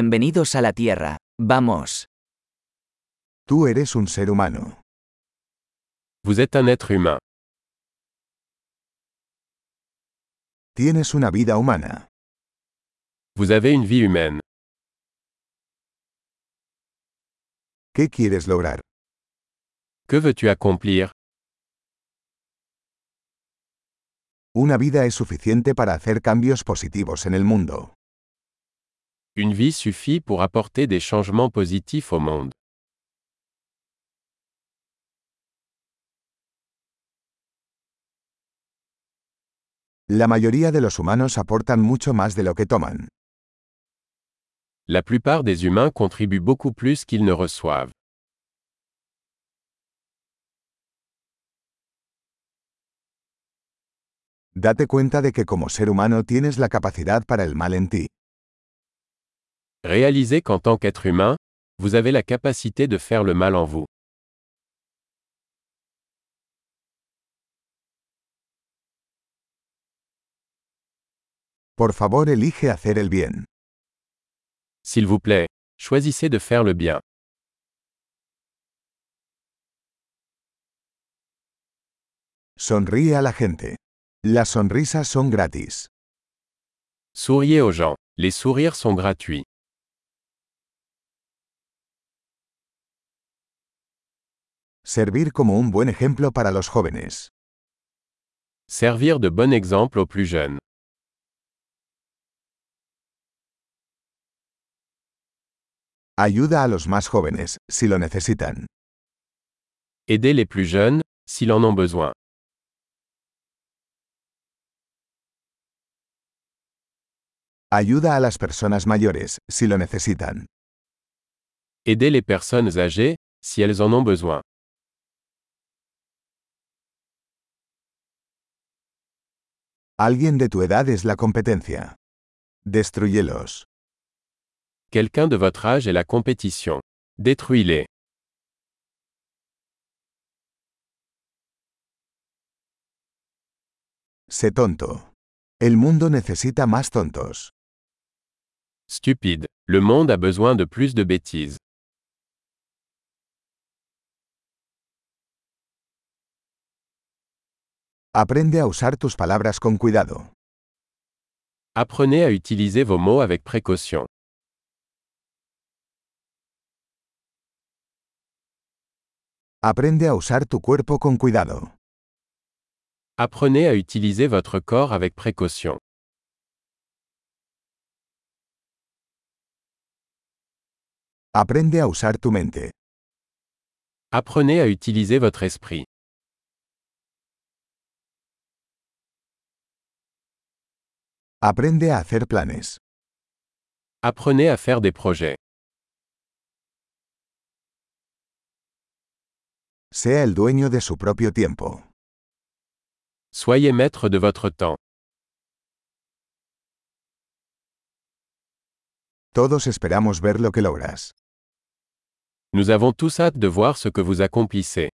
Bienvenidos a la Tierra. Vamos. Tú eres un ser humano. Vous êtes un être humain. Tienes una vida humana. Vous avez une vie humaine. ¿Qué quieres lograr? Que veux-tu accomplir Una vida es suficiente para hacer cambios positivos en el mundo. Une vie suffit pour apporter des changements positifs au monde. La mayoría de los humanos aportan mucho más de lo que toman. La plupart des humains contribuent beaucoup plus qu'ils ne reçoivent. Date cuenta de que como ser humano tienes la capacidad para el mal en ti. Réalisez qu'en tant qu'être humain, vous avez la capacité de faire le mal en vous. Por favor, elige hacer el bien. S'il vous plaît, choisissez de faire le bien. Sonríe a la gente. Las sonrisas son gratis. Souriez aux gens. Les sourires sont gratuits. Servir como un buen ejemplo para los jóvenes. Servir de bon exemple aux plus jeunes. Ayuda a los más jóvenes, si lo necesitan. Aidez les plus jeunes, s'ils en ont besoin. Ayuda a las personas mayores, si lo necesitan. Aidez les personnes âgées, si elles en ont besoin. Alguien de tu edad es la competencia. Destruyelos. Quelqu'un de votre âge est la compétition. Détruis-les. Sé tonto. El mundo necesita más tontos. Stupide. Le monde a besoin de plus de bêtises. Aprende a usar tus palabras con cuidado. Apprenez à utiliser vos mots avec précaution. Aprende a usar tu cuerpo con cuidado. Apprenez à utiliser votre corps avec précaution. Aprende a usar tu mente. Apprenez à utiliser votre esprit. Aprende a hacer planes. Apprenez à faire des projets. Sea el dueño de su propio tiempo. Soyez maître de votre temps. Todos esperamos ver lo que logras. Nous avons tous hâte de voir ce que vous accomplissez.